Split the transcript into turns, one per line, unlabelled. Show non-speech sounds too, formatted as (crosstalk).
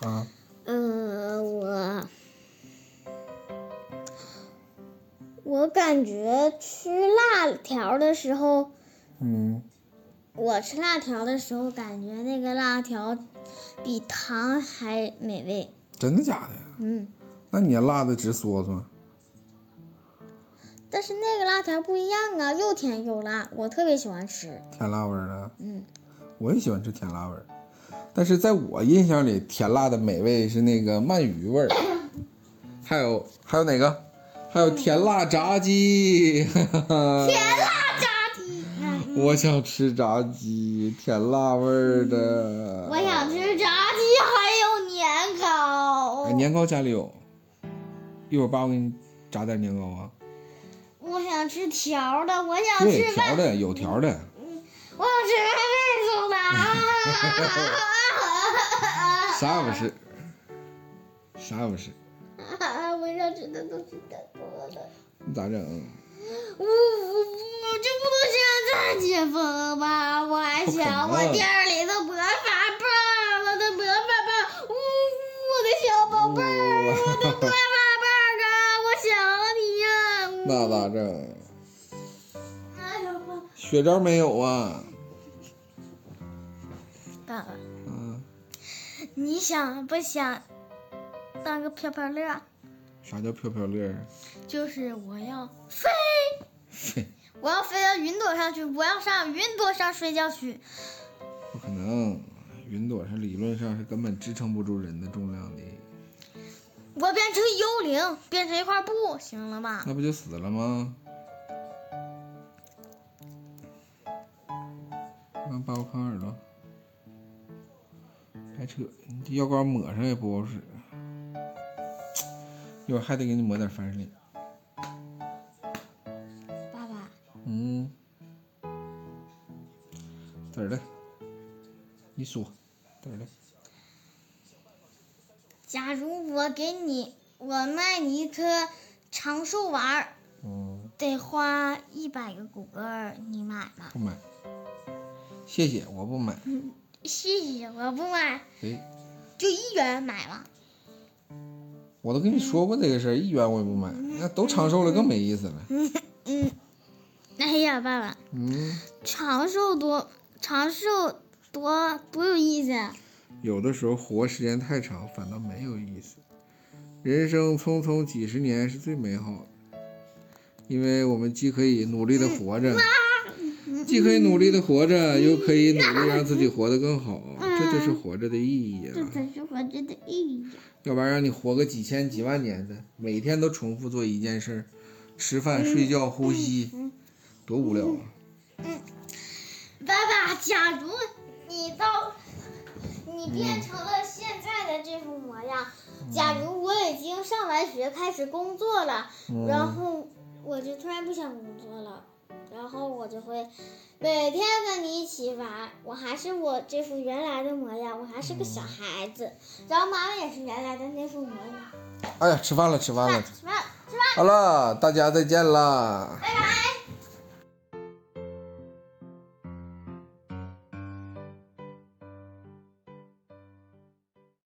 啊，
呃，我我感觉吃辣条的时候，
嗯，
我吃辣条的时候，感觉那个辣条比糖还美味。
真的假的？
嗯，
那你辣的直嗦嗦。
但是那个辣条不一样啊，又甜又辣，我特别喜欢吃。
甜辣味儿的，
嗯，
我也喜欢吃甜辣味儿，但是在我印象里，甜辣的美味是那个鳗鱼味儿，还有还有哪个？还
嗯
有甜辣炸鸡，哈 (laughs) 哈
炸鸡，哎
我想吃炸鸡，甜辣味儿的。
嗯我想吃炸鸡，还有年糕。
哎年糕家里有，一会儿爸我给你炸点年糕啊。
我想吃条的，我想
对，
吃外，
条的有条的，
我想吃外送的。
(laughs)
呃
啥也不是，啥也不是，
啊！ (laughs) 我想吃的东西太多了，
你咋整？
我我我就不能现在解封吧？我还
不可
想我
能
店里的魔法棒，我的魔法棒，呜、我的小宝贝儿，我的魔法棒啊！我想你呀、呜
那咋整？
哎呦我
雪招没有啊？
爸爸，
嗯，
你想不想当个飘飘乐？
啥叫飘飘乐 (laughs) 啊？
就是我要飞，我要飞到云朵上去，我要上云朵上睡觉去。
不可能，云朵是理论上是根本支撑不住人的重量的，
我变成幽灵，变成一块布，行了吧？
那不就死了吗？让爸我看看耳朵，白扯，你这药膏抹上也不好使，一会儿还得给你抹点凡士林。
爸爸，
嗯，咋的？你说咋的？
假如我给你，我卖你一颗长寿丸儿，
嗯，
得花一百个骨骼儿，你买吗？
不买，谢谢，我不买。
嗯谢谢，我不买，
哎，
就一元买吧。
我都跟你说过这个事儿，一元我也不买，那都长寿了更没意思了。
嗯， (laughs) 哎呀，爸爸，
嗯，
长寿多长寿多多有意思啊！
有的时候活时间太长反倒没有意思。人生匆匆几十年是最美好的，因为我们既可以努力的
嗯
活着，既可以努力的活着，又可以努力让自己活得更好，
嗯
这就是活着的意义
这
啊！
才是活着的意义。
要不然让你活个几千几万年的，每天都重复做一件事儿，吃饭、睡
嗯
觉、呼吸，多无聊啊！
爸爸，假如你到你变成了现在的这副模样，假如我已经上完学开始工作了，
嗯
嗯然后我就突然不想工作了，然后我就会每天跟你一起玩，我还是我这副原来的模样，我还是个小孩子，然后妈妈也是原来的那副模样。
嗯哎呀，吃饭了，吃饭了，
吃饭，吃饭，
好了，大家再见啦！
拜拜。